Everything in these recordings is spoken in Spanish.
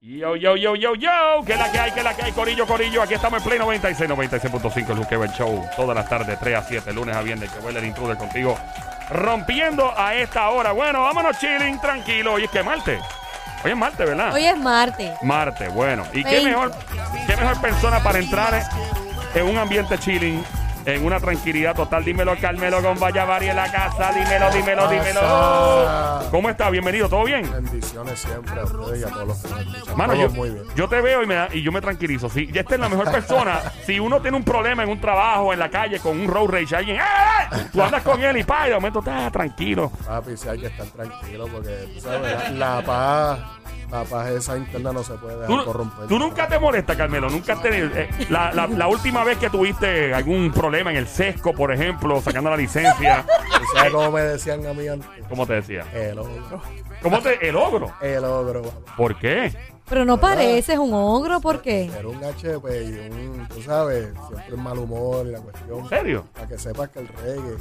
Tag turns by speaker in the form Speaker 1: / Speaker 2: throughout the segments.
Speaker 1: Yo, yo, yo, yo, yo, que la que hay, que la que hay, Corillo, Corillo, aquí estamos en Play 96, 96.5, el Luqueo el Show, todas las tardes, 3 a 7, lunes a viernes, que vuelve el intruder contigo, rompiendo a esta hora. Bueno, vámonos chilling, tranquilo, hoy es que es martes, hoy es martes, ¿verdad?
Speaker 2: Hoy es martes.
Speaker 1: Martes, bueno, y qué
Speaker 2: Veinte.
Speaker 1: mejor, qué mejor persona para entrar en un ambiente chilling, en una tranquilidad total, dímelo Carmelo con Vallavari en la casa, dímelo, dímelo, dímelo.
Speaker 3: Pasa.
Speaker 1: ¿Cómo está? Bienvenido, ¿todo bien?
Speaker 3: Bendiciones siempre a ustedes y a todos los que nos escuchan.
Speaker 1: Mano,
Speaker 3: Todo
Speaker 1: yo,
Speaker 3: muy bien.
Speaker 1: yo te veo y, me da- y yo me tranquilizo. Si ya esta es la mejor persona, si uno tiene un problema en un trabajo, en la calle, con un road rage, alguien, ¡eh, eh! tú andas con él y pa, y de momento estás tranquilo.
Speaker 3: Papi, sí hay que estar tranquilo porque tú sabes, la, la paz, la paz esa interna no se puede dejar
Speaker 1: Tú,
Speaker 3: corromper.
Speaker 1: tú nunca te molestas, Carmelo. Nunca has tenido. eh, la, la- la última vez que tuviste algún problema en el sesco, por ejemplo, sacando la licencia,
Speaker 3: ¿Tú sabes cómo me decían a mí antes?
Speaker 1: ¿cómo te decía?
Speaker 3: El ogro.
Speaker 1: ¿Cómo te. el ogro?
Speaker 3: El ogro, papá.
Speaker 1: ¿Por qué?
Speaker 2: Pero no pareces un ogro, ¿por qué?
Speaker 3: Era un HP y un, tú sabes, siempre el mal humor y la cuestión.
Speaker 1: ¿En serio?
Speaker 3: Para que sepas que el reggae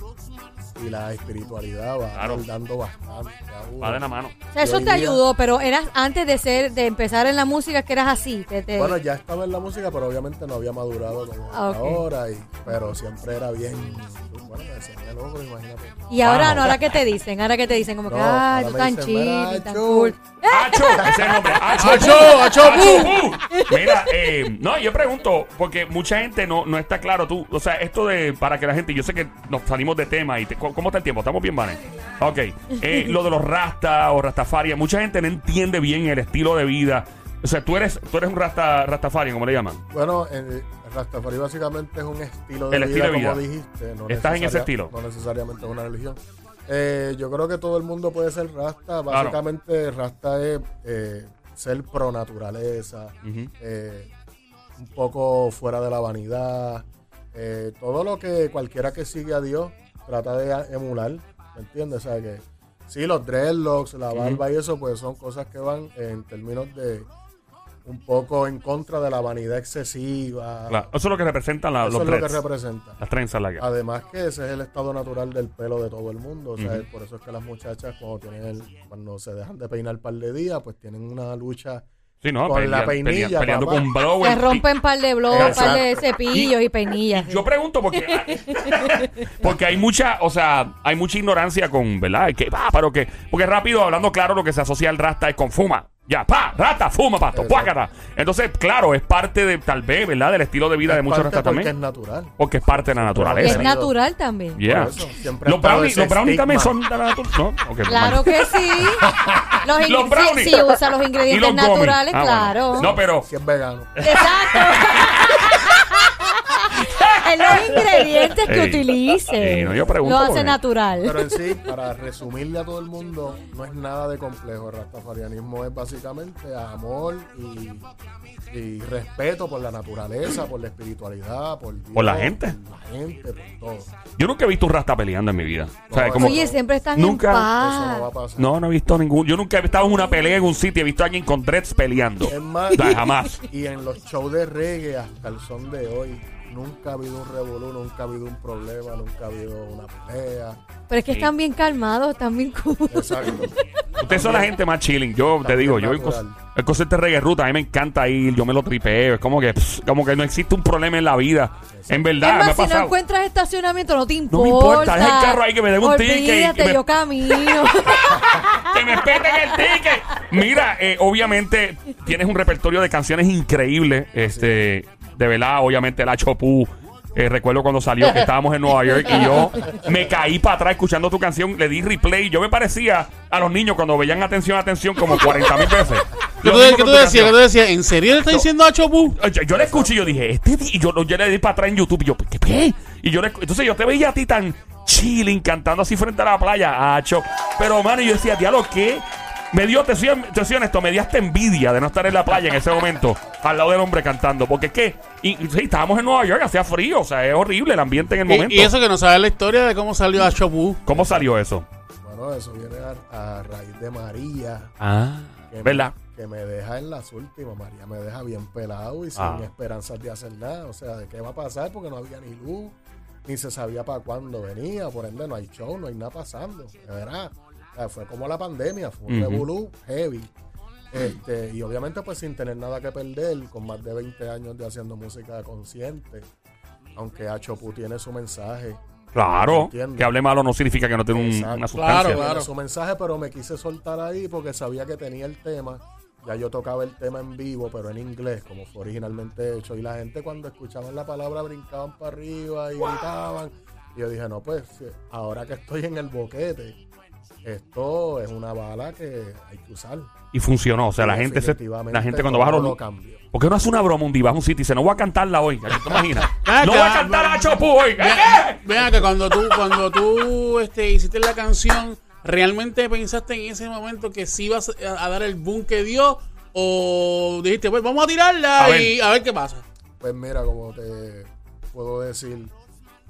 Speaker 3: y la espiritualidad va
Speaker 1: Claro.
Speaker 3: dando bastante. a uno.
Speaker 1: Va de la mano.
Speaker 2: O sea, eso
Speaker 3: Yo
Speaker 2: te
Speaker 3: diría-
Speaker 2: ayudó, pero eras antes de ser, de empezar en la música, que eras así. te- te-
Speaker 3: Bueno, ya estaba en la música, pero obviamente no había madurado como
Speaker 2: Eh, Ah, ok.
Speaker 3: ahora, y, pero siempre era bien. Bueno, me decían el ogro, imagínate.
Speaker 2: y ahora
Speaker 1: Wow.
Speaker 2: no, ahora que te dicen, ahora que te dicen como que,
Speaker 3: No,
Speaker 2: ay,
Speaker 3: ahora
Speaker 2: tú
Speaker 3: me
Speaker 2: tan
Speaker 3: dicen,
Speaker 2: chill,
Speaker 3: "Mira,
Speaker 2: y tan
Speaker 3: Chu".
Speaker 2: cool.
Speaker 1: ¡Acho! Ese es el nombre. ¡Acho!
Speaker 3: ¡Acho! ¡Acho!
Speaker 1: ¡Acho! ¡Uh! Mira, eh, no, yo pregunto, porque mucha gente no, no está claro. Tú, o sea, esto de para que la gente, yo sé que nos salimos de tema y te- ¿cómo, cómo está el tiempo? ¿Estamos bien, Vane? Ok. Eh, lo de los rasta o rastafaria, mucha gente no entiende bien el estilo de vida. O sea, tú eres, tú eres un rasta, rastafaria, como le llaman.
Speaker 3: Bueno, el Rastafari básicamente es un estilo de
Speaker 1: El
Speaker 3: vida,
Speaker 1: estilo de
Speaker 3: como
Speaker 1: vida.
Speaker 3: dijiste. no
Speaker 1: Estás en ese
Speaker 3: necesaria-
Speaker 1: estilo.
Speaker 3: No necesariamente es una religión. Eh, yo creo que todo el mundo puede ser rasta.
Speaker 1: Claro.
Speaker 3: Básicamente, rasta es eh, ser pro naturaleza,
Speaker 1: Ujú.
Speaker 3: eh, un poco fuera de la vanidad. eh, todo lo que cualquiera que sigue a Dios trata de a- emular. ¿Me entiendes? O sea que sí, los dreadlocks, la barba y eso, pues son cosas que van en términos de un poco en contra de la vanidad excesiva.
Speaker 1: Claro, Eso es lo que representan la-
Speaker 3: Eso
Speaker 1: ah, los
Speaker 3: es lo que Ah,
Speaker 1: dreads,
Speaker 3: representa.
Speaker 1: las trenzas largas.
Speaker 3: Además que ese es el estado natural del pelo de todo el mundo. O sea, por eso es que las muchachas cuando tienen el- cuando se dejan de peinar un par de días, pues tienen una lucha.
Speaker 1: Sí, no,
Speaker 3: con la
Speaker 1: pelean- pelean-
Speaker 3: peinilla,
Speaker 1: peleando
Speaker 3: papá.
Speaker 1: con blower.
Speaker 2: Te rompen par de blogs,
Speaker 3: Exacto.
Speaker 2: par de cepillos y peinillas.
Speaker 1: Yo pregunto porque ah, porque hay mucha, o sea, hay mucha ignorancia con, ¿verdad? Que va, pero que porque rápido hablando claro lo que se asocia al rasta es con fuma. Ya, pa, rata, fuma, pasto,
Speaker 3: Exacto.
Speaker 1: puácata. Entonces, claro, es parte de tal vez, ¿verdad? Del estilo de vida de muchos
Speaker 3: parte
Speaker 1: rastas
Speaker 3: porque
Speaker 1: también,
Speaker 3: es natural.
Speaker 1: porque es parte de
Speaker 2: Que
Speaker 1: la
Speaker 2: es
Speaker 1: naturaleza.
Speaker 3: Exacto.
Speaker 2: natural también.
Speaker 1: Yeah.
Speaker 3: Por eso, siempre ha
Speaker 1: Los
Speaker 3: estado
Speaker 1: brownies,
Speaker 3: ese
Speaker 1: los brownies también son
Speaker 3: estigma.
Speaker 1: de la naturaleza. No, ok, pues,
Speaker 2: Claro que sí. Los,
Speaker 1: Los
Speaker 2: ingre-
Speaker 1: brownies.
Speaker 2: sí, sí, usa los
Speaker 1: Y
Speaker 2: ingredientes
Speaker 1: los gummies.
Speaker 2: naturales,
Speaker 1: Ah, bueno.
Speaker 2: claro.
Speaker 1: No, pero
Speaker 3: Si es vegano.
Speaker 2: Exacto. es los ingredientes que
Speaker 1: Ey.
Speaker 2: utilice.
Speaker 1: Ey, no, yo pregunto
Speaker 2: Lo hace
Speaker 1: porque-
Speaker 2: natural.
Speaker 3: Pero en sí, para resumirle a todo el mundo, no es nada de complejo. El rastafarianismo es básicamente amor y, y respeto por la naturaleza, por la espiritualidad, por Dios,
Speaker 1: Por la gente.
Speaker 3: Por la gente, por todo. Eso
Speaker 1: yo nunca he visto un rasta peleando en mi vida. O sea,
Speaker 3: No,
Speaker 1: como
Speaker 2: Oye, siempre están
Speaker 1: Nunca-
Speaker 2: en
Speaker 3: no va a
Speaker 2: paz.
Speaker 3: pasar.
Speaker 1: no, no he visto ningún. Yo nunca he estado en una pelea en un sitio. He visto a alguien con dreads peleando.
Speaker 3: Es
Speaker 1: O
Speaker 3: más,
Speaker 1: sea, jamás.
Speaker 3: y en los shows de reggae hasta el son de hoy, nunca ha habido un revolú, nunca ha habido un problema, nunca ha habido una pelea.
Speaker 2: Pero es que están bien calmados, están bien cool.
Speaker 3: Exacto.
Speaker 1: Ustedes son la gente más chilling. Yo te
Speaker 3: También
Speaker 1: digo, yo
Speaker 3: natural.
Speaker 1: cos- el concierto de reggae ruta, a mí me encanta ir, yo me lo tripeo. Es como que, pss, como que no existe un problema en la vida. En verdad,
Speaker 2: es
Speaker 1: me ha
Speaker 2: más, si no
Speaker 1: pasado.
Speaker 2: encuentras estacionamiento, no te importa.
Speaker 1: No me importa, deja el carro ahí que me den un ticket y que
Speaker 2: Olvídate,
Speaker 1: me-
Speaker 2: yo camino.
Speaker 1: ¡Que me peten el ticket! Mira, eh, obviamente tienes un repertorio de canciones increíbles. Este, de verdad, obviamente la Chopú. eh, recuerdo cuando salió que estábamos en Nueva York y yo me caí para atrás escuchando tu canción, le di replay. Yo me parecía a los niños cuando veían atención, atención como 40 mil veces.
Speaker 4: ¿Qué
Speaker 1: Lo
Speaker 4: tú,
Speaker 1: mismo
Speaker 4: qué
Speaker 1: con tu
Speaker 4: tú decías?
Speaker 1: canción.
Speaker 4: ¿Qué tú decías? ¿En serio le está diciendo a Chopu?
Speaker 1: Yo, yo le escuché y yo dije, este di- y yo, yo le di para atrás en YouTube. Y yo, ¿qué? qué? Y yo le escu- entonces yo te veía a ti tan chilling, cantando así frente a la playa, hacho. Pero, mano, yo decía, diablo, ¿qué? Me dio, te soy, te soy honesto, me dio hasta envidia de no estar en la playa en ese momento, al lado del hombre cantando. Porque es que, y, y sí, estábamos en Nueva York, hacía frío, o sea, es horrible el ambiente en el momento.
Speaker 4: Y, y eso que no sabes la historia de cómo salió a Chopu.
Speaker 1: ¿Cómo salió eso?
Speaker 3: Bueno, eso viene a- a raíz de María.
Speaker 1: Ah,
Speaker 3: que me-
Speaker 1: ¿verdad?
Speaker 3: que me deja en las últimas, María me deja bien pelado y sin
Speaker 1: Ah.
Speaker 3: esperanzas de hacer nada. O sea, ¿de qué va a pasar? Porque no había ni luz, ni se sabía para cuándo venía, por ende no hay show, no hay nada pasando. De verdad, O sea, fue como la pandemia, fue un
Speaker 1: Ujú.
Speaker 3: revolú heavy. Este, y obviamente pues sin tener nada que perder, con más de 20 años de haciendo música consciente, aunque Achopu tiene su mensaje.
Speaker 1: Claro,
Speaker 3: Entiendo.
Speaker 1: que hable malo no significa que no tenga un-
Speaker 3: Exacto.
Speaker 1: una sustancia.
Speaker 4: Claro,
Speaker 3: Tiene su mensaje, pero me quise soltar ahí porque sabía que tenía el tema. Ya yo tocaba el tema en vivo, pero en inglés, como fue originalmente hecho. Y la gente cuando escuchaban la palabra brincaban para arriba y gritaban. Y yo dije, no, pues ahora que estoy en el boquete, esto es una bala que hay que usar.
Speaker 1: Y funcionó. O sea, la gente, se, la gente cuando bajaron
Speaker 3: lo
Speaker 1: los...
Speaker 3: cambió.
Speaker 1: ¿Por qué no hace una broma un diva, un sitio y dice, no voy a cantarla hoy? ¿Te imaginas?
Speaker 4: Ah,
Speaker 1: no voy a
Speaker 4: claro.
Speaker 1: cantar a Chopu hoy. ¡Eh!
Speaker 4: Vean que cuando tú, cuando tú este, hiciste la canción, ¿realmente pensaste en ese momento que sí ibas a, a dar el boom que dio? ¿O dijiste, pues vamos a tirarla
Speaker 1: A ver.
Speaker 4: y a ver qué pasa?
Speaker 3: Pues mira, como te puedo decir,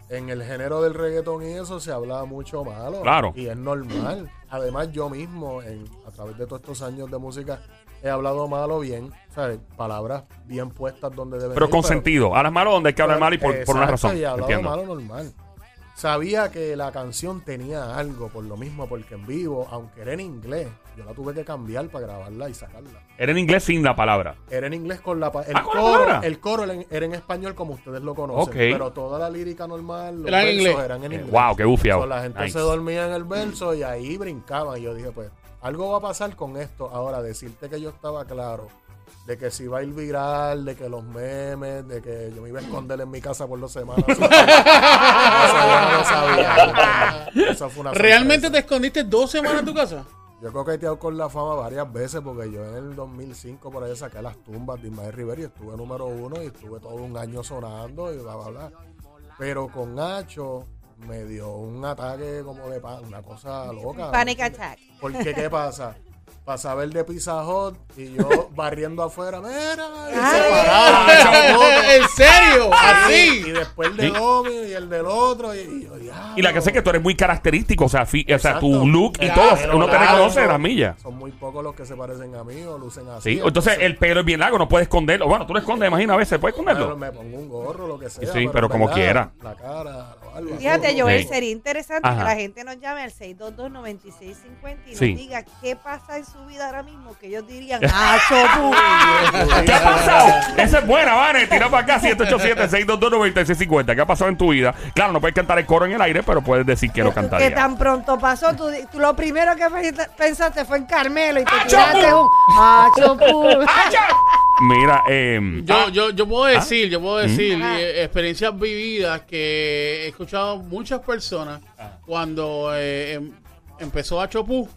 Speaker 3: en el género del reggaetón y eso se habla mucho malo.
Speaker 1: Claro.
Speaker 3: Y es normal. Además, yo mismo, en- a través de todos estos años de música, he hablado malo bien. ¿sabes? Palabras bien puestas donde deben
Speaker 1: Pero
Speaker 3: ir,
Speaker 1: con sentido. A las malas donde hay que hablar mal y por, por una
Speaker 3: Exacto,
Speaker 1: razón.
Speaker 3: Y he hablado
Speaker 1: Entiendo.
Speaker 3: malo normal. Sabía que la canción tenía algo por lo mismo, porque en vivo, aunque era en inglés, yo la tuve que cambiar para grabarla y sacarla.
Speaker 1: Era en inglés sin la palabra.
Speaker 3: Era en inglés con la pa- el
Speaker 1: Ah, con la
Speaker 3: coro,
Speaker 1: palabra.
Speaker 3: el coro era en, era en español como ustedes lo conocen,
Speaker 1: Ok.
Speaker 3: pero toda la lírica normal los
Speaker 4: Era en
Speaker 3: versos
Speaker 4: inglés.
Speaker 3: eran en
Speaker 1: Eh,
Speaker 3: inglés.
Speaker 1: wow, qué bufiado.
Speaker 3: So, la gente
Speaker 1: Nice.
Speaker 3: se dormía en el verso y ahí brincaban y yo dije, pues, algo va a pasar con esto. Ahora decirte que yo estaba claro de que si iba a ir viral, de que los memes, de que yo me iba a esconder en mi casa por dos semanas. Eso yo no lo sabía. Eso fue una
Speaker 4: ¿Realmente te
Speaker 3: sorpresa.
Speaker 4: escondiste dos semanas en tu casa?
Speaker 3: Yo he coqueteado con la fama varias veces porque yo en el 2005 por ahí saqué las tumbas de Ismael Rivera y estuve número uno y estuve todo un año sonando y bla, bla, bla. Pero con Hacho me dio un ataque como de pa- una cosa loca.
Speaker 5: Panic attack.
Speaker 3: Porque ¿qué pasa? Pasaba el de Pizza Hut y yo barriendo afuera, mira, y se
Speaker 1: Ah,
Speaker 3: paraba, chavo.
Speaker 4: ¿En serio?
Speaker 3: Y
Speaker 4: ¿Así?
Speaker 3: después el de
Speaker 1: Y-
Speaker 3: Domino y el del otro y, y yo, "Diablo".
Speaker 1: Y la que sé que tú eres muy característico, o sea, fi- o sea
Speaker 3: Exacto.
Speaker 1: tu look y
Speaker 3: Claro,
Speaker 1: todo, uno te
Speaker 3: claro.
Speaker 1: reconoce de las millas.
Speaker 3: Son muy pocos los que se parecen a mí o lucen así.
Speaker 1: Sí, entonces el pelo es bien largo, no puedes esconderlo. Bueno, tú lo escondes, imagina, a veces puedes
Speaker 3: Claro,
Speaker 1: esconderlo.
Speaker 3: me pongo un gorro, lo que sea.
Speaker 1: Sí, pero como quiera.
Speaker 3: La cara, la barba.
Speaker 5: Fíjate,
Speaker 3: todo.
Speaker 5: Joel,
Speaker 1: Sí.
Speaker 5: sería interesante
Speaker 1: Ajá.
Speaker 5: que la gente nos llame al 622-9650 y nos
Speaker 1: Sí.
Speaker 5: diga qué pasa en su vida ahora mismo, que ellos dirían, ¡Ah, Chopu!
Speaker 1: ¿Qué ha pasado? Esa es buena, Vane. Tira para acá, 787-622-9650. ¿Qué ha pasado en tu vida? Claro, no puedes cantar el coro en el aire, pero puedes decir que lo
Speaker 5: que
Speaker 1: cantaría.
Speaker 5: tan pronto pasó, tú, tú lo primero que pe- pensaste fue en Carmelo y te
Speaker 1: ¡Ah,
Speaker 5: tiraste
Speaker 1: Chopu!
Speaker 5: un ¡Ah, Chopu!
Speaker 1: Mira, eh,
Speaker 4: Yo, yo, yo puedo decir, yo
Speaker 1: Mm.
Speaker 4: puedo decir
Speaker 5: Ajá.
Speaker 4: eh, experiencias vividas que he escuchado muchas personas
Speaker 1: Ah.
Speaker 4: cuando eh, em- empezó a Chopú.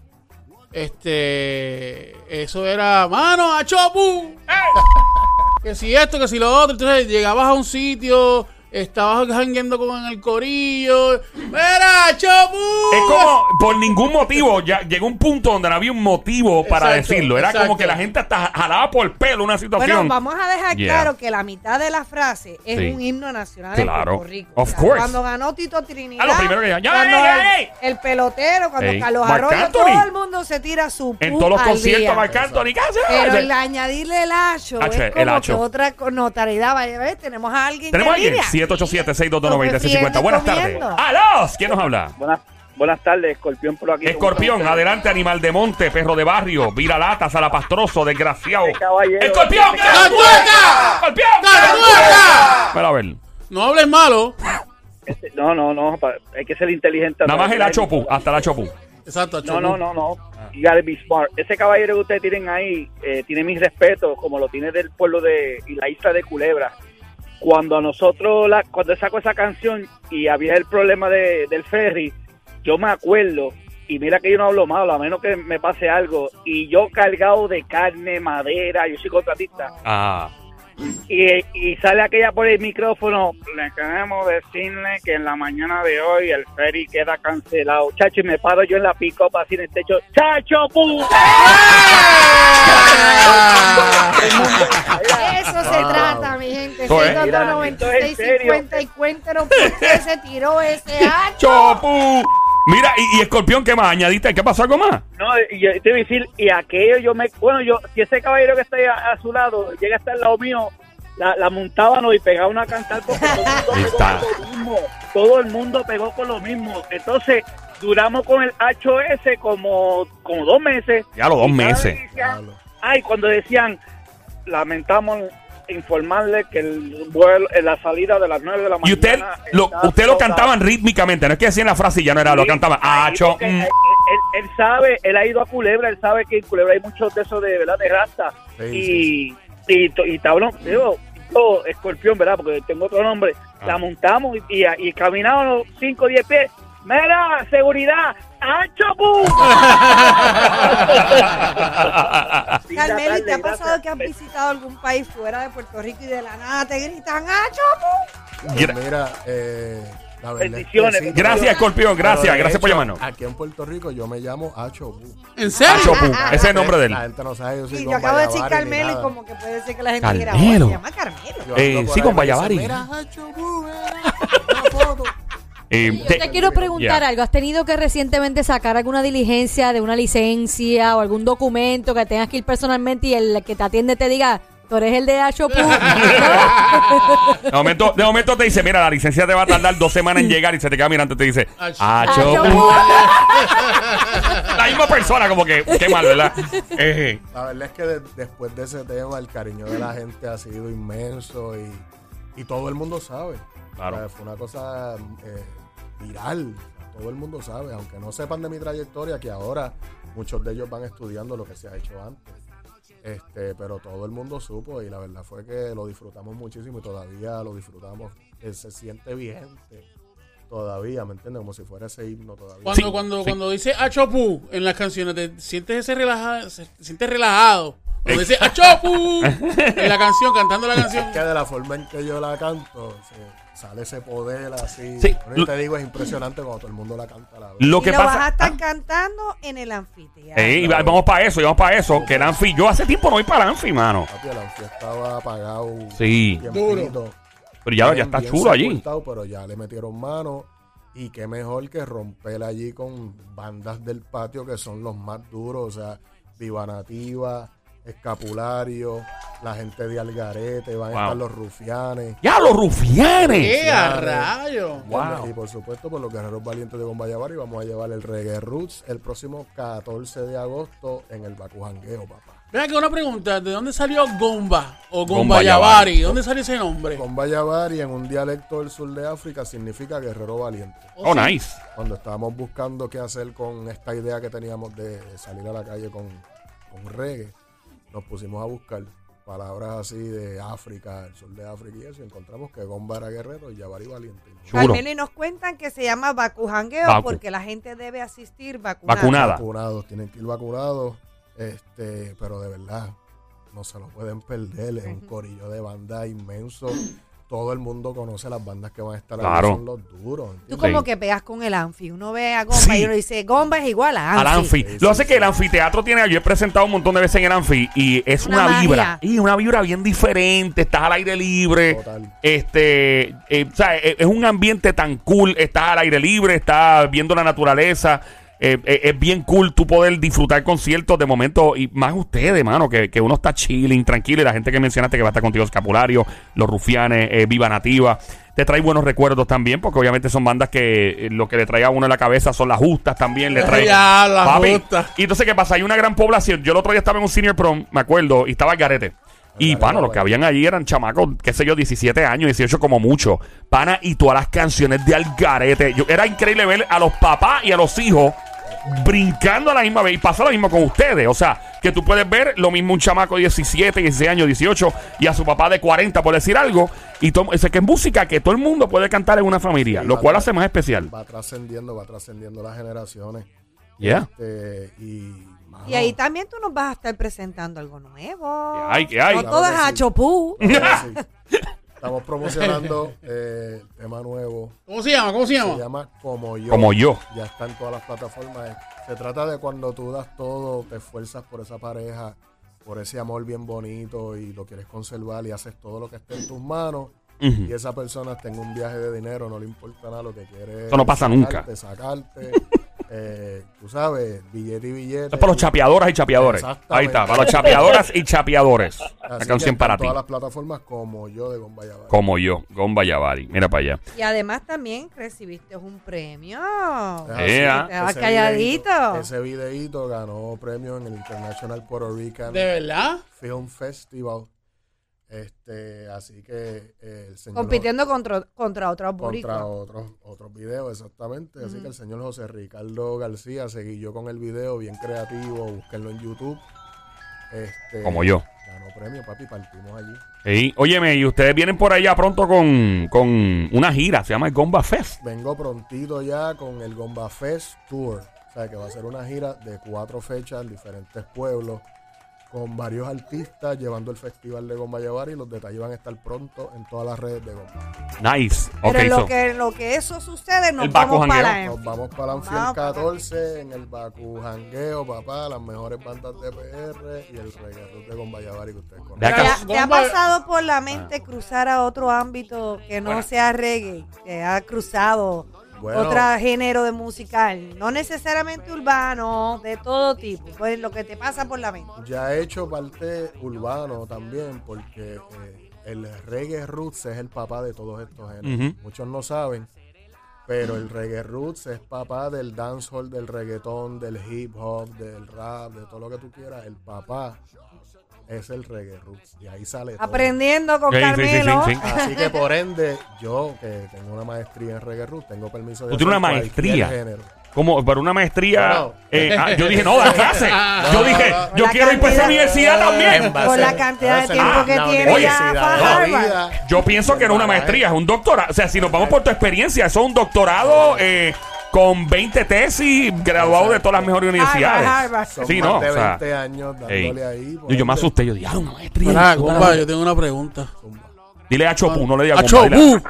Speaker 4: Este, eso era, mano, a Chopú. Que si esto, que si lo otro. Entonces llegabas a un sitio, estabas jangueando con el corillo. ¡Mira, Chopú!
Speaker 1: es como por ningún motivo, ya llegó un punto donde no había un motivo para
Speaker 4: Exacto,
Speaker 1: decirlo. Era como
Speaker 4: exacto.
Speaker 1: que la gente hasta jalaba por el pelo una situación.
Speaker 5: Bueno, vamos a dejar
Speaker 1: Yeah.
Speaker 5: claro que la mitad de la frase es
Speaker 1: Sí.
Speaker 5: un himno nacional
Speaker 1: Claro.
Speaker 5: de Puerto Rico.
Speaker 1: Of course.
Speaker 5: Cuando ganó Tito Trinidad,
Speaker 1: Ah, lo primero que dijeron, ¡Ya,
Speaker 5: cuando
Speaker 1: ya,
Speaker 5: el,
Speaker 1: ya, ya!
Speaker 5: el pelotero, cuando
Speaker 1: Ey.
Speaker 5: Carlos
Speaker 1: Marc
Speaker 5: Arroyo,
Speaker 1: Anthony.
Speaker 5: todo el mundo se tira su
Speaker 1: en
Speaker 5: pu
Speaker 1: todos los
Speaker 5: al día.
Speaker 1: conciertos, Marc Anthony, ¿qué hace?
Speaker 5: Pero el añadirle el hacho
Speaker 1: Hacho, el
Speaker 5: es como
Speaker 1: hacho.
Speaker 5: que otra notoriedad. Vaya, ¿ves? Tenemos a alguien
Speaker 1: Tenemos a
Speaker 5: que
Speaker 1: alguien,
Speaker 5: línea.
Speaker 1: 787-622-9650. Buenas tardes.
Speaker 5: Comiendo.
Speaker 1: ¡Alos! ¿Quién nos habla?
Speaker 6: Buenas, buenas tardes, Escorpión por aquí.
Speaker 1: Escorpión, adelante, animal de monte, perro de barrio, viralata, salapastroso, desgraciado.
Speaker 6: Este caballero-
Speaker 1: ¡Escorpión!
Speaker 6: Este
Speaker 4: ¡Cantueca!
Speaker 1: ¡Escorpión!
Speaker 4: ¡Cantueca!
Speaker 1: Espera, a ver.
Speaker 4: No hables malo.
Speaker 6: Este- no, no, no, pa- hay que ser inteligente.
Speaker 1: Nada más el achopu, hasta el achopu.
Speaker 4: Exacto, a
Speaker 6: No, no,
Speaker 4: Chopú.
Speaker 6: no, no.
Speaker 1: Ah.
Speaker 6: You gotta be smart. Ese caballero que ustedes tienen ahí eh, tiene mis respetos, como lo tiene del pueblo de y la isla de Culebra. Cuando a nosotros, la, cuando saco esa canción y había el problema de- del ferry, yo me acuerdo, y mira que yo no hablo malo, a menos que me pase algo, y yo cargado de carne, madera, yo soy contratista,
Speaker 1: Ah,
Speaker 6: y, y sale aquella por el micrófono. Le queremos decirle que en la mañana de hoy el ferry queda cancelado. Chacho, y me paro yo en la pick así en el techo. ¡Chacho,
Speaker 5: Eso se
Speaker 1: Ah.
Speaker 5: trata, mi gente.
Speaker 1: Eso es.
Speaker 5: 622-9650
Speaker 6: Esto es en serio.
Speaker 5: y cuéntenos por qué se tiró ese hacho.
Speaker 1: ¡Chopu! Mira, y, y Escorpión, ¿qué más? ¿Añadiste? ¿Qué pasó? ¿Algo más?
Speaker 6: No, y yo te voy a decir, y aquello yo me. Bueno, yo, si ese caballero que está ahí a, a su lado llega hasta el lado mío, la, la montábamos y pegaba una cantar porque todo el mundo
Speaker 1: Ahí
Speaker 6: pegó
Speaker 1: está.
Speaker 6: con lo mismo. Todo el mundo pegó con lo mismo. Entonces, duramos con el HOS como, como dos meses.
Speaker 1: Ya los dos
Speaker 6: Y cada
Speaker 1: meses.
Speaker 6: vez que-
Speaker 3: Diablo.
Speaker 6: Ay, cuando decían, lamentamos informarle que el vuelo, eh, la salida de las 9 de la mañana.
Speaker 1: Y usted lo,
Speaker 6: está
Speaker 1: usted lo
Speaker 6: toda-
Speaker 1: cantaban rítmicamente, no es que decían la frase y ya no era, lo
Speaker 6: Sí,
Speaker 1: cantaban.
Speaker 6: ahí
Speaker 1: Acho.
Speaker 6: porque
Speaker 1: mm.
Speaker 6: Él, él- él sabe, él ha ido a Culebra, él sabe que en Culebra hay muchos de esos de, ¿verdad? de raza.
Speaker 3: Sí,
Speaker 6: y,
Speaker 3: sí,
Speaker 6: y, to- y tablón, digo, yo, escorpión, ¿verdad? Porque tengo otro nombre.
Speaker 3: Ah.
Speaker 6: La montamos y, y, y caminábamos 5 o 10 pies. Mira, seguridad, ancho, pum.
Speaker 1: mm.
Speaker 5: Carmelo, ¿y te ha
Speaker 6: Gracias.
Speaker 5: pasado que has visitado algún país fuera de Puerto Rico y de la nada te gritan, ¡ah, chopo!
Speaker 3: Pues
Speaker 1: Gra-
Speaker 3: mira, eh, la verdad es que
Speaker 6: Bendiciones,
Speaker 3: sí.
Speaker 1: Gracias, Escorpión,
Speaker 3: Pero
Speaker 1: gracias,
Speaker 3: de
Speaker 1: gracias por
Speaker 3: hecho,
Speaker 1: llamarnos.
Speaker 3: Aquí en Puerto Rico yo me llamo Acho Bu.
Speaker 4: ¿En serio?
Speaker 1: Acho Pu,
Speaker 3: ah,
Speaker 1: ese es el nombre de él.
Speaker 3: La gente no sabe, yo soy
Speaker 5: Y Ah. yo
Speaker 3: con
Speaker 5: acabo de decir
Speaker 3: Vallavar ni
Speaker 5: Carmelo y
Speaker 3: nada.
Speaker 5: como que puede ser que la gente quiera
Speaker 1: Carmelo.
Speaker 5: se llama Carmelo.
Speaker 3: Yo
Speaker 1: Eh,
Speaker 3: ando por
Speaker 1: sí, con
Speaker 3: ahí, me dicen,
Speaker 1: Vallavar y-
Speaker 3: Mira, Acho Bu, mira, una foto.
Speaker 1: Eh,
Speaker 2: ah. Yo
Speaker 1: te-
Speaker 2: te quiero preguntar
Speaker 1: Ya.
Speaker 2: algo. ¿Has tenido que recientemente sacar alguna diligencia de una licencia o algún documento que tengas que ir personalmente y el que te atiende te diga, tú eres el de Achopu?
Speaker 1: De momento, de momento te dice, mira, la licencia te va a tardar dos semanas en llegar y se te queda mirando y te dice,
Speaker 4: Acho.
Speaker 1: Acho.
Speaker 2: Acho,
Speaker 1: pu". La misma persona, como que, qué mal, ¿verdad? Eh,
Speaker 3: La verdad es que de- después de ese tema, el cariño de la gente ha sido inmenso y, y todo el mundo sabe.
Speaker 1: Claro.
Speaker 3: O sea, fue una cosa eh, viral. Todo el mundo sabe, aunque no sepan de mi trayectoria, que ahora muchos de ellos van estudiando lo que se ha hecho antes. Este, pero todo el mundo supo y la verdad fue que lo disfrutamos muchísimo y todavía lo disfrutamos. Eh, se siente vigente todavía, ¿me entiendes? Como si fuera ese himno todavía.
Speaker 4: Cuando, cuando, cuando dice Achopu en las canciones, te sientes ese relajado, se- te sientes relajado. Cuando dice Achopu en la canción, cantando la canción.
Speaker 3: que de la forma en que yo la canto, se- sale ese poder así.
Speaker 1: Sí.
Speaker 3: Bueno, yo te digo, es impresionante cuando todo el mundo la canta a la vez.
Speaker 1: lo
Speaker 5: y
Speaker 1: que
Speaker 5: lo vas a
Speaker 1: pasa. Ah.
Speaker 5: estar cantando en el anfiteatro.
Speaker 1: Eh, y va- vamos para eso, y vamos para eso. Que el Anfi, yo hace tiempo no voy para el Anfi, mano.
Speaker 3: Papi, el anfio estaba apagado.
Speaker 1: Sí,
Speaker 3: tiempito.
Speaker 4: Duro.
Speaker 1: pero ya, ya
Speaker 3: Bien,
Speaker 1: está
Speaker 3: bien
Speaker 1: chulo allí.
Speaker 3: sepultado, Pero ya le metieron mano. Y qué mejor que romper allí con bandas del patio que son los más duros. O sea, Viva Nativa, Escapulario, la gente de Algarete, van
Speaker 1: Wow.
Speaker 3: a estar los rufianes.
Speaker 1: ¡Ya, los rufianes!
Speaker 4: ¡Qué a rayo!
Speaker 1: Wow.
Speaker 3: Y por supuesto, por los guerreros valientes de Bombayabar y vamos a llevar el reggae roots el próximo 14 de agosto en el Bacujangueo, papá.
Speaker 4: Mira que una pregunta, ¿de dónde salió Gomba o
Speaker 1: Gomba
Speaker 4: Gomba Yavari? ¿Dónde salió ese nombre?
Speaker 3: Bombayabar y en un dialecto del sur de África significa guerrero valiente.
Speaker 1: Oh, nice.
Speaker 3: Cuando estábamos buscando qué hacer con esta idea que teníamos de salir a la calle con, con reggae, nos pusimos a buscar palabras así de África, el sur de África y eso, y encontramos que Gomba era guerrero y Yavari valiente.
Speaker 1: Chulo.
Speaker 5: Carmelo, y nos cuentan que se llama vacujangueo
Speaker 1: Vacu.
Speaker 5: porque la gente debe asistir vacunada.
Speaker 1: Vacunada.
Speaker 3: vacunados, tienen que ir vacunados, este, pero de verdad, no se lo pueden perder, es un corillo de banda inmenso. Todo el mundo conoce las bandas que van a estar ahí,
Speaker 1: Claro.
Speaker 3: son los duros.
Speaker 5: Tú
Speaker 3: ¿entiendes?
Speaker 1: Sí.
Speaker 5: como que pegas con el anfi. Uno ve a Gomba
Speaker 1: Sí.
Speaker 5: y uno dice, Gomba es igual a anfi.
Speaker 1: Al Anfi.
Speaker 3: Sí,
Speaker 1: Lo
Speaker 3: sí,
Speaker 1: hace
Speaker 3: sí.
Speaker 1: que el anfiteatro tiene. Yo he presentado un montón de veces en el Anfi y es una,
Speaker 5: Una magia.
Speaker 1: vibra. Y una vibra bien diferente. Estás al aire libre.
Speaker 3: Total.
Speaker 1: Este, eh, o sea, eh, es un ambiente tan cool. Estás al aire libre, estás viendo la naturaleza. Eh, eh, es bien cool tú poder disfrutar conciertos de momento y más ustedes, mano, que, que uno está chilling, tranquilo. Y la gente que mencionaste que va a estar contigo, Escapulario, Los Rufianes, eh, Viva Nativa, te trae buenos recuerdos también, porque obviamente son bandas que eh, lo que le trae a uno en la cabeza son las justas también. Le trae.
Speaker 4: Ya, las justas.
Speaker 1: Y entonces, ¿qué pasa? Hay una gran población. Yo el otro día estaba en un senior prom, me acuerdo, y estaba el garete. Y,
Speaker 3: Garete,
Speaker 1: pano, los que habían allí eran chamacos, qué sé yo, 17 años, 18 como mucho. Pana, y todas las canciones de Algarete. Yo, era increíble ver a los papás y a los hijos brincando a la misma vez. Y pasa lo mismo con ustedes. O sea, que tú puedes ver lo mismo un chamaco de 17, 16 años, 18, y a su papá de 40, por decir algo. Y to- o sea, que es música que todo el mundo puede cantar en una familia,
Speaker 3: Sí,
Speaker 1: lo
Speaker 3: va-
Speaker 1: cual hace más especial.
Speaker 3: Va trascendiendo, va trascendiendo las generaciones.
Speaker 1: Yeah.
Speaker 3: Este, y, mano,
Speaker 5: Y ahí también tú nos vas a estar presentando algo nuevo.
Speaker 1: Que hay, que hay.
Speaker 5: No
Speaker 3: Claro
Speaker 5: todo
Speaker 3: que
Speaker 5: es a
Speaker 3: sí.
Speaker 5: chopú.
Speaker 3: claro que sí. Estamos promocionando eh, el tema nuevo.
Speaker 4: ¿Cómo se llama? ¿Cómo se
Speaker 3: Se
Speaker 4: llama?
Speaker 3: llama Como Yo.
Speaker 1: Como yo.
Speaker 3: ya está en todas las plataformas. Se trata de cuando tú das todo, te esfuerzas por esa pareja, por ese amor bien bonito y lo quieres conservar y haces todo lo que esté en tus manos.
Speaker 1: Ujú.
Speaker 3: Y esa persona tenga un viaje de dinero, no le importa nada lo que quiere.
Speaker 1: Eso no pasa nunca.
Speaker 3: Sacarte, sacarte. eh, tú sabes, billete y billete.
Speaker 1: Es para los chapeadoras y chapeadores. Ahí
Speaker 3: Exactamente.
Speaker 1: está, para los chapeadoras y chapeadores. La
Speaker 3: Así que
Speaker 1: canción
Speaker 3: están
Speaker 1: para ti.
Speaker 3: Todas las plataformas como yo de Bomba Yabal.
Speaker 1: Como yo, Gomba Yabari. Mira para allá.
Speaker 5: Y además también recibiste un premio.
Speaker 3: Es
Speaker 1: Eh, ah.
Speaker 5: Te vas
Speaker 3: Ese
Speaker 5: calladito.
Speaker 3: videíto- ese videíto ganó premio en el International Puerto Rican
Speaker 4: ¿De verdad?
Speaker 3: Film Festival. Este, así que eh, el señor
Speaker 5: Compitiendo contra, contra otros
Speaker 3: contra
Speaker 5: boricuas.
Speaker 3: otros otros videos exactamente, así que el señor José Ricardo García seguí yo con el video bien creativo, búsquenlo en YouTube. Este,
Speaker 1: Como yo.
Speaker 3: Ganó premio, papi, partimos allí.
Speaker 1: Ey, óyeme, y ustedes vienen por allá pronto con, con una gira, se llama el Gomba Fest.
Speaker 3: Vengo prontito ya con el Gomba Fest Tour. O sea, que va a ser una gira de cuatro fechas en diferentes pueblos con varios artistas llevando el festival de Gomba Llevar y los detalles van a estar pronto en todas las redes de Gomba.
Speaker 1: Nice.
Speaker 5: Pero
Speaker 1: Ok,
Speaker 5: en
Speaker 1: so-
Speaker 5: lo que, en lo que eso sucede, nos
Speaker 1: El Baco
Speaker 5: vamos para la
Speaker 1: Jangueo.
Speaker 3: Nos vamos para
Speaker 5: Vamos
Speaker 3: Anfield
Speaker 5: para
Speaker 3: 14 en el Baku Jangueo, papá, las mejores bandas de PR y el reggaetón de Gomba Llevar que ustedes
Speaker 1: Ve
Speaker 3: conocen.
Speaker 1: acá.
Speaker 5: ¿Te ha, te ha
Speaker 4: Bomba-
Speaker 5: pasado por la
Speaker 3: Ah.
Speaker 5: mente cruzar a otro ámbito que no sea reggae? Te ha cruzado
Speaker 3: Bueno.
Speaker 5: otro género de musical, no necesariamente urbano, de todo tipo, pues lo que te pasa por la mente.
Speaker 3: Ya he hecho parte urbano también, porque eh, el reggae roots es el papá de todos estos géneros.
Speaker 1: Ujú.
Speaker 3: Muchos no saben, pero el reggae roots es papá del dancehall, del reggaetón, del hip hop, del rap, de todo lo que tú quieras. El papá es el reggae roots y ahí sale todo.
Speaker 5: Aprendiendo con
Speaker 1: Sí, sí, sí,
Speaker 5: Carmelo.
Speaker 1: sí, sí.
Speaker 3: Así que por ende, yo que tengo una maestría en reggae roots, tengo permiso de
Speaker 1: Tú tienes
Speaker 3: hacer
Speaker 1: una
Speaker 3: cualquier
Speaker 1: maestría.
Speaker 3: género.
Speaker 1: Como para una maestría.
Speaker 3: No.
Speaker 1: eh, ah, yo dije, no, da clase. yo
Speaker 3: No,
Speaker 1: dije,
Speaker 3: no, no.
Speaker 1: yo
Speaker 5: La
Speaker 1: quiero ir para esa
Speaker 5: cantidad-
Speaker 1: universidad también.
Speaker 5: base- Con la cantidad de tiempo que
Speaker 3: la
Speaker 5: tiene
Speaker 3: universidad
Speaker 5: ya
Speaker 3: de
Speaker 5: para
Speaker 3: la
Speaker 5: Harvard.
Speaker 3: vida.
Speaker 1: Yo pienso que no es una maestría, es un doctorado. O sea, si nos vamos por tu experiencia, eso es un doctorado eh, con 20 tesis, graduado de todas las mejores universidades.
Speaker 5: Harvard.
Speaker 3: Son
Speaker 1: Sí,
Speaker 3: más
Speaker 1: no.
Speaker 3: de
Speaker 1: o sea,
Speaker 3: 20 años
Speaker 1: ey.
Speaker 3: dándole ahí.
Speaker 1: yo, yo me
Speaker 3: asusto
Speaker 1: asusté, yo dije, ah, una maestría.
Speaker 4: Pará,
Speaker 1: Una-
Speaker 4: compa, yo tengo una pregunta.
Speaker 1: Dile a Chopu, no le digas
Speaker 4: ¡A Chobu!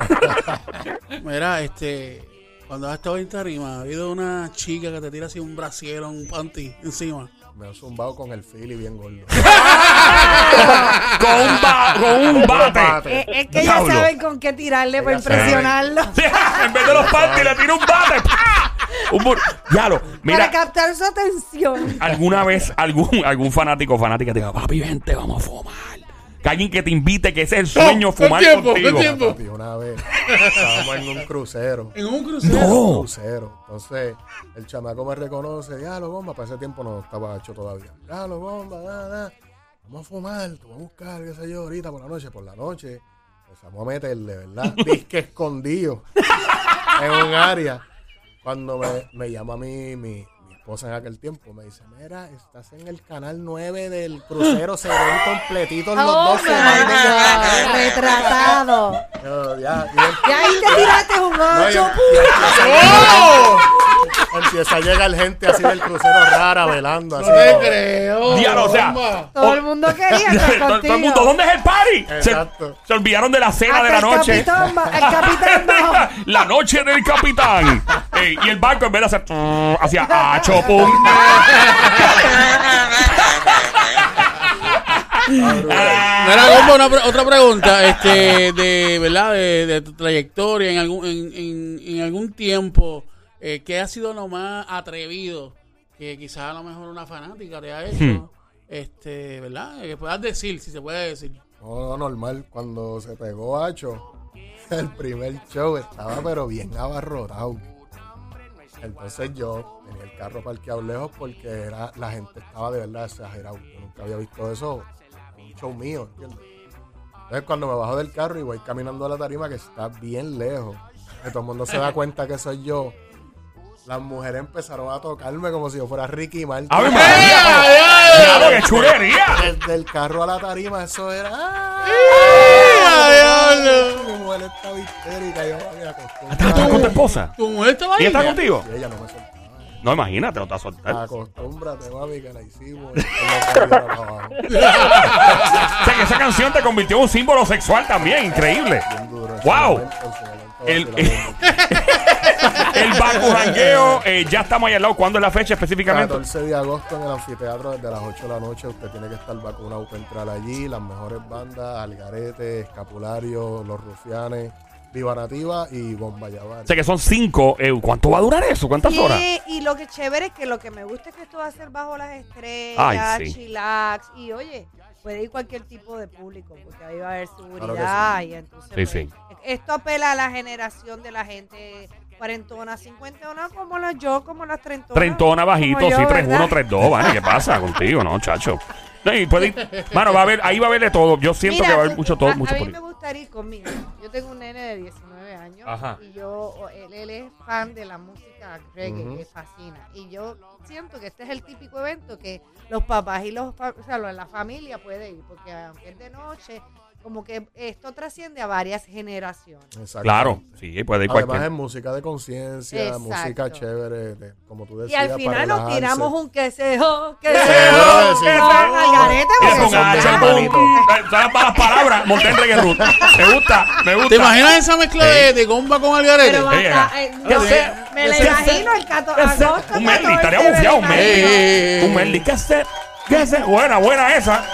Speaker 4: Mira, este. Cuando has estado en tarima, ha habido una chica que te tira así un brasier o un panty encima.
Speaker 3: Me han zumbado con el Philly bien gordo.
Speaker 1: Con un, ba- con un bate.
Speaker 5: Eh, Es, que ya
Speaker 1: Diablo.
Speaker 5: saben con qué tirarle para
Speaker 3: Ya saben.
Speaker 5: impresionarlo.
Speaker 1: Sí, en vez de los panties, le tiro un bate. ¡Pah! Un mur- ya lo,
Speaker 5: Para
Speaker 1: mira,
Speaker 5: captar su atención.
Speaker 1: alguna vez algún, algún fanático o fanática te diga, papi, vente, vamos a fumar. Que alguien que te invite, que ese es el sueño,
Speaker 4: No,
Speaker 1: fumar
Speaker 4: no tiempo, no
Speaker 1: contigo.
Speaker 4: tiempo.
Speaker 3: Papi, una vez estábamos en un crucero.
Speaker 4: En un crucero.
Speaker 3: Un
Speaker 1: No.
Speaker 3: crucero. Entonces, el chamaco me reconoce. Diablo, bomba. Para ese tiempo no estaba hecho todavía. Diablo, bomba. da, da. Vamos a fumar. Te voy a buscar, qué sé yo, ahorita por la noche. Por la noche empezamos a meterle, ¿verdad? Disque escondido en un área. Cuando me, me llama mi, mi, mi esposa en aquel tiempo, me dice: Mira, estás en el canal 9 del crucero. Se ven completitos los
Speaker 2: Oh,
Speaker 3: dos. se ven de cara".
Speaker 5: Ah.
Speaker 2: my God. Retratado.
Speaker 3: Yo, ya, y él-
Speaker 5: Y ahí te tiraste un
Speaker 3: no, y-
Speaker 5: ocho.
Speaker 3: y empieza a
Speaker 4: ¡Oh!
Speaker 3: llegar- Empieza a llegar gente así del crucero rara velando. Así,
Speaker 4: No te creo.
Speaker 1: Diablo, o sea,
Speaker 4: bomba.
Speaker 5: Todo el mundo quería
Speaker 1: Todo- todo,
Speaker 5: estar
Speaker 1: el mundo,
Speaker 5: contigo.
Speaker 1: ¿dónde es el party? Se,
Speaker 3: Exacto.
Speaker 1: se olvidaron de la cena
Speaker 5: Hasta
Speaker 1: de la noche.
Speaker 5: El capitán, ba- el capitán bajó.
Speaker 1: la noche del capitán. Ey, y el barco en vez de hacer hacia ah, chopum.
Speaker 4: Mira, Gomba, una pre- otra pregunta, este, de, ¿verdad? De, de tu trayectoria en algún, en, en- en algún tiempo, eh, ¿qué ha sido lo más atrevido que quizás a lo mejor una fanática te ha hecho?
Speaker 1: Hmm.
Speaker 4: Este, ¿verdad? Que puedas decir, si se puede decir.
Speaker 3: No, no, normal. Cuando se pegó Acho, el primer show estaba pero bien abarrotado. Entonces yo tenía el carro parqueado lejos porque era, la gente estaba de verdad exagerado. Yo nunca había visto eso en un show mío, ¿entiendes? Entonces cuando me bajo del carro y voy caminando a la tarima que está bien lejos, que todo el mundo se da cuenta que soy yo, las mujeres empezaron a tocarme como si yo fuera Ricky Martin.
Speaker 1: ¡Ave María! ¡Diablo, qué chulería!
Speaker 3: Desde el carro a la tarima, eso era. ¡ay! Mi mujer estaba histérica, yo me
Speaker 1: ¿Estás tú con tu
Speaker 3: acostumbrado.
Speaker 1: esposa?
Speaker 4: ¿Tu mujer estaba ahí?
Speaker 1: ¿Y está contigo?
Speaker 3: Y ella no me soltaba.
Speaker 1: No, imagínate, no te vas a soltar.
Speaker 3: Acostúmbrate, mami, que la hicimos. Y yo la cogí para abajo.
Speaker 1: O sea, que esa canción te convirtió en un símbolo sexual también, increíble.
Speaker 3: Bien duro, en su
Speaker 1: ¡Wow!
Speaker 3: momento, en su momento,
Speaker 1: El-
Speaker 3: se la pongo.
Speaker 1: El bacujangueo, eh, ya estamos ahí al lado. ¿Cuándo es la fecha específicamente?
Speaker 3: 14 de agosto en el anfiteatro desde las 8 de la noche. Usted tiene que estar vacunado para entrar allí. Las mejores bandas, Algarete, Escapulario, Los Rufianes, Viva Nativa y Bomba Yabar.
Speaker 1: O sea que son cinco. eh, ¿Cuánto va a durar eso? ¿Cuántas
Speaker 5: Y,
Speaker 1: horas?
Speaker 5: y lo que es chévere es que lo que me gusta es que esto va a ser bajo las estrellas,
Speaker 1: Ay, sí.
Speaker 5: chillax. Y oye, puede ir cualquier tipo de público, porque ahí va a haber seguridad.
Speaker 3: Claro
Speaker 5: y entonces, pues,
Speaker 1: Sí, sí.
Speaker 5: Esto apela a la generación de la gente cuarentona, cincuentona, como la yo, como las treintonas.
Speaker 1: Treintona bajito,
Speaker 5: como yo,
Speaker 1: sí,
Speaker 5: ¿verdad?
Speaker 1: 3-1, 3-2. Vale, ¿qué pasa contigo, no, chacho? No, y puede ir- mano, va a haber, ahí va a haber de todo. Yo siento
Speaker 5: Mira,
Speaker 1: que va a haber
Speaker 5: yo-
Speaker 1: mucho todo,
Speaker 5: a-
Speaker 1: mucho
Speaker 5: A mí
Speaker 1: por ir.
Speaker 5: me gustaría ir conmigo. Yo tengo un nene de 19 años
Speaker 1: Ajá.
Speaker 5: y yo, o- él, él es fan de la música reggae,
Speaker 3: Ujú.
Speaker 5: le fascina. Y yo siento que este es el típico evento que los papás y los, fa- o sea, lo- la familia puede ir, porque aunque es de noche, como que esto trasciende a varias generaciones.
Speaker 3: Exacto.
Speaker 1: Claro, sí, puede ir
Speaker 3: Además es
Speaker 1: cualquier.
Speaker 3: música de conciencia,
Speaker 5: Exacto.
Speaker 3: música chévere, de- como tú
Speaker 5: Y
Speaker 3: decías.
Speaker 5: al final
Speaker 3: para
Speaker 5: nos
Speaker 3: relajarse.
Speaker 5: tiramos un que se jo, que
Speaker 3: Sí,
Speaker 5: se jo,
Speaker 3: claro que sí.
Speaker 5: que se jo, al garete,
Speaker 1: Y
Speaker 5: porque
Speaker 1: con
Speaker 5: eso
Speaker 1: H,
Speaker 5: está-
Speaker 1: con- eh, ¿Sabes malas palabras? Monté en reggae root. Me gusta, me gusta.
Speaker 4: ¿Te imaginas esa mezcla de, de gomba con algarete?
Speaker 5: Pero
Speaker 1: Ey,
Speaker 5: basta, eh,
Speaker 1: ¿qué
Speaker 5: no,
Speaker 1: hacer?
Speaker 5: me la
Speaker 1: ¿Qué hacer?
Speaker 5: imagino el 14
Speaker 1: ¿Qué hacer?
Speaker 5: agosto,
Speaker 1: Un Merly,
Speaker 5: 14
Speaker 1: estaría
Speaker 5: me la
Speaker 1: bufiado un
Speaker 5: imagino.
Speaker 1: Merly.
Speaker 4: Eh,
Speaker 1: Un Merly, ¿qué hacer? ¿Qué hacer? Buena, buena esa.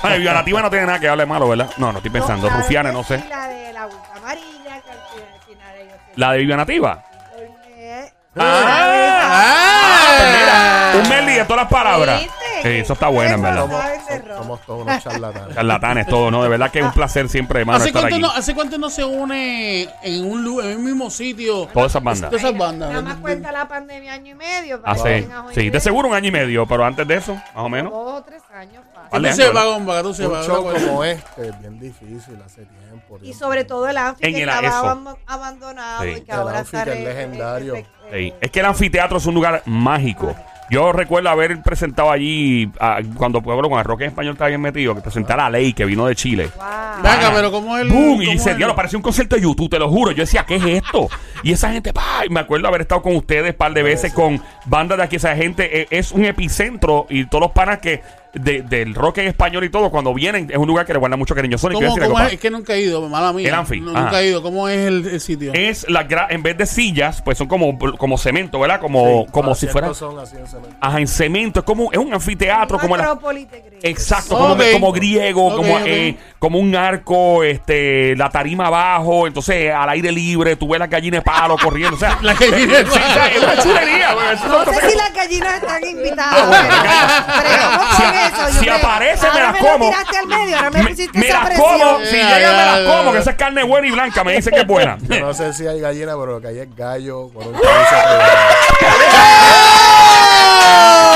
Speaker 1: Ay, violativa no tiene nada que darle malo, ¿verdad? No, no estoy pensando.
Speaker 5: claro
Speaker 1: Rufianes,
Speaker 5: que
Speaker 1: no
Speaker 5: sí,
Speaker 1: sé.
Speaker 5: La de la boca amarilla, que al final ellos se
Speaker 1: La de Vivianativa.
Speaker 5: duermen.
Speaker 1: Ah, ah, pues mira, un Merly de todas las palabras. Sí,
Speaker 5: ¿Viste?
Speaker 1: eso está bueno, en verdad.
Speaker 5: Somos-
Speaker 3: Somos,
Speaker 5: Saben de
Speaker 3: so-
Speaker 5: rock.
Speaker 3: somos todos unos charlatanes.
Speaker 1: Charlatanes, todo, ¿no? De verdad que es un placer siempre, hermano,
Speaker 4: ¿Hace
Speaker 1: estar
Speaker 4: cuánto,
Speaker 1: aquí.
Speaker 4: no, ¿Hace cuánto no se une en un, lu- en un mismo sitio?
Speaker 1: Todas esas bandas.
Speaker 4: Todas esas bandas.
Speaker 5: Nada más cuenta la pandemia año y medio. para que
Speaker 1: Hace,
Speaker 5: tengas una
Speaker 1: sí,
Speaker 5: idea.
Speaker 1: de seguro un año y medio, pero antes de eso, más o menos.
Speaker 5: Dos o tres años
Speaker 4: Que
Speaker 5: fácil.
Speaker 1: Vale,
Speaker 4: tú
Speaker 1: Alejandro,
Speaker 4: sepas, gomba, que tú
Speaker 3: un
Speaker 4: sepas.
Speaker 3: show
Speaker 4: ¿verdad?
Speaker 3: como este es bien difícil hace tiempo.
Speaker 5: Y sobre todo el anfi
Speaker 1: En
Speaker 5: que
Speaker 1: el-
Speaker 5: estaba
Speaker 1: eso.
Speaker 5: aban- abandonado
Speaker 1: Sí.
Speaker 5: y que
Speaker 3: El
Speaker 5: ahora
Speaker 3: Anfi,
Speaker 5: está
Speaker 3: que es
Speaker 5: re-
Speaker 3: legendario.
Speaker 5: re- re-
Speaker 1: Sí. Es que el anfiteatro es un lugar mágico. Yo recuerdo haber presentado allí, ah, cuando Pueblo con el rock en español estaba bien metido, que presentar a Ley, que vino de Chile.
Speaker 5: Wow.
Speaker 4: Venga, pero ¿cómo es el-
Speaker 1: ¡Bum! Y
Speaker 4: cómo
Speaker 1: dice,
Speaker 4: es?
Speaker 1: diablo, parecía un concierto de YouTube, te lo juro. Yo decía, ¿qué es esto? Y esa gente, pa, y me acuerdo haber estado con ustedes un par de veces con bandas de aquí. Esa gente eh, es un epicentro y todos los panas que de- del rock en español y todo, cuando vienen, es un lugar que le guardan mucho cariño. Sonic,
Speaker 4: ¿Cómo,
Speaker 1: quiero decir algo,
Speaker 4: cómo es?
Speaker 1: pa.
Speaker 4: es que nunca he ido, mala mía.
Speaker 1: El Anfi,
Speaker 4: No,
Speaker 1: ajá. Eh.
Speaker 4: nunca he ido. ¿Cómo es el, el sitio?
Speaker 1: es la gra- en vez de sillas, pues son como, como cemento, ¿verdad? Como,
Speaker 3: Sí,
Speaker 1: como
Speaker 3: los
Speaker 1: si fuera.
Speaker 3: asientos son así en cemento.
Speaker 1: Ajá, en cemento. Es como es un anfiteatro, como la,
Speaker 5: Metrópolis de Grecia.
Speaker 1: Exacto,
Speaker 4: Ok.
Speaker 1: como, como griego,
Speaker 4: Ok,
Speaker 1: como,
Speaker 4: ok.
Speaker 1: eh, como un arco, este, la tarima abajo, entonces al aire libre, tú ves las gallinas de palo corriendo. O sea,
Speaker 4: La que viene.
Speaker 1: sí, o sea, es una chulería. güey, eso son
Speaker 5: No
Speaker 1: cosas
Speaker 5: sé si
Speaker 1: que-
Speaker 5: las gallinas están invitadas. pero- pero vamos con eso,
Speaker 1: Si
Speaker 5: yo creo.
Speaker 1: aparece, me
Speaker 5: Ahora
Speaker 1: las como.
Speaker 5: Me la tiraste al medio, ahora me,
Speaker 1: Me,
Speaker 5: pusiste
Speaker 1: me
Speaker 5: esa
Speaker 1: las
Speaker 5: presión.
Speaker 1: como, si
Speaker 4: Ya,
Speaker 1: llegan me
Speaker 4: ya,
Speaker 1: las
Speaker 4: ya,
Speaker 1: como,
Speaker 4: ya.
Speaker 1: que esa es carne buena y blanca, me dicen que es buena.
Speaker 3: Yo no sé si hay gallina, pero que hay es gallo. Por un chorizo privado.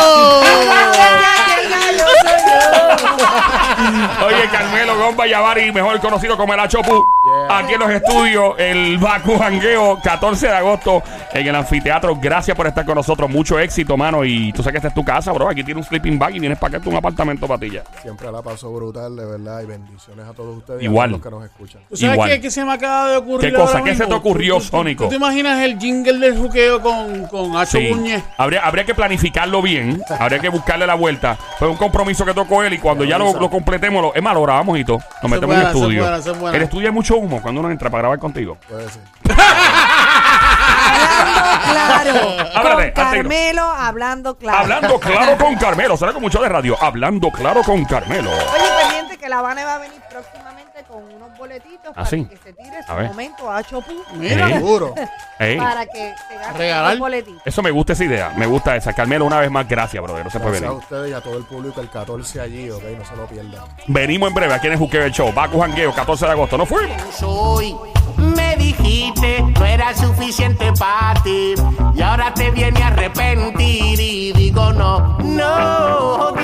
Speaker 4: ¡Oh!
Speaker 1: Oye, Carmelo Gomba Yavari, mejor conocido como el Achopu,
Speaker 3: Yeah.
Speaker 1: aquí en los estudios, el Baku Jangueo, 14 de agosto, en el anfiteatro. Gracias por estar con nosotros, mucho éxito, mano. Y tú sabes que esta es tu casa, bro. Aquí tiene un sleeping bag y vienes para acá, esto es un apartamento para ti ya.
Speaker 3: Siempre la paso brutal, de verdad. Y bendiciones a todos ustedes. y a
Speaker 1: Igual.
Speaker 3: todos los que nos escuchan.
Speaker 4: ¿Tú sabes
Speaker 1: Igual.
Speaker 4: qué, qué se me acaba de ocurrir?
Speaker 1: ¿Qué cosa?
Speaker 4: ahora
Speaker 1: ¿Qué se
Speaker 4: mismo?
Speaker 1: te ocurrió,
Speaker 4: ¿Tú- tú- tú-
Speaker 1: Sónico?
Speaker 4: ¿Tú te imaginas el jingle del juqueo con, con Hacho
Speaker 1: Sí.
Speaker 4: Muñez?
Speaker 1: Habría, habría que planificarlo bien, habría que buscarle la vuelta. Fue un compromiso que tocó él y cuando ya lo, lo completemos, lo- es más, lo grabamos y todo. Nos metemos en el
Speaker 4: buena, esa es
Speaker 1: estudio.
Speaker 4: buena, esa es buena.
Speaker 1: El estudio es mucho humo cuando uno entra para grabar contigo.
Speaker 3: Puede ser.
Speaker 5: Hablando claro.
Speaker 1: Ábrate,
Speaker 5: Con
Speaker 1: hazte irnos.
Speaker 5: Carmelo hablando claro.
Speaker 1: Hablando claro con Carmelo, será como mucho de radio. Hablando claro con Carmelo.
Speaker 5: Oye, pendiente que La Habana va a venir próximamente con unos boletitos
Speaker 1: ¿Ah, sí?
Speaker 5: para que se tire
Speaker 1: A
Speaker 5: su
Speaker 1: ver.
Speaker 5: momento a Chopu
Speaker 4: Mira.
Speaker 1: Sí.
Speaker 3: Seguro.
Speaker 1: Ey,
Speaker 5: para que se gaste
Speaker 4: Regalar.
Speaker 5: los boletitos.
Speaker 1: eso me gusta esa idea, me gusta esa. Carmelo, una vez más, gracias, brother. No se puede
Speaker 3: Gracias a
Speaker 1: venir.
Speaker 3: ustedes y a todo el público el 14 allí, ok. No se lo pierdan.
Speaker 1: Venimos en breve aquí en el Juqueo del Show. Baco Jangueo, 14 de agosto. No fuimos.
Speaker 7: soy. Me dijiste, no era suficiente para ti. Y ahora te viene a arrepentir y digo no, no,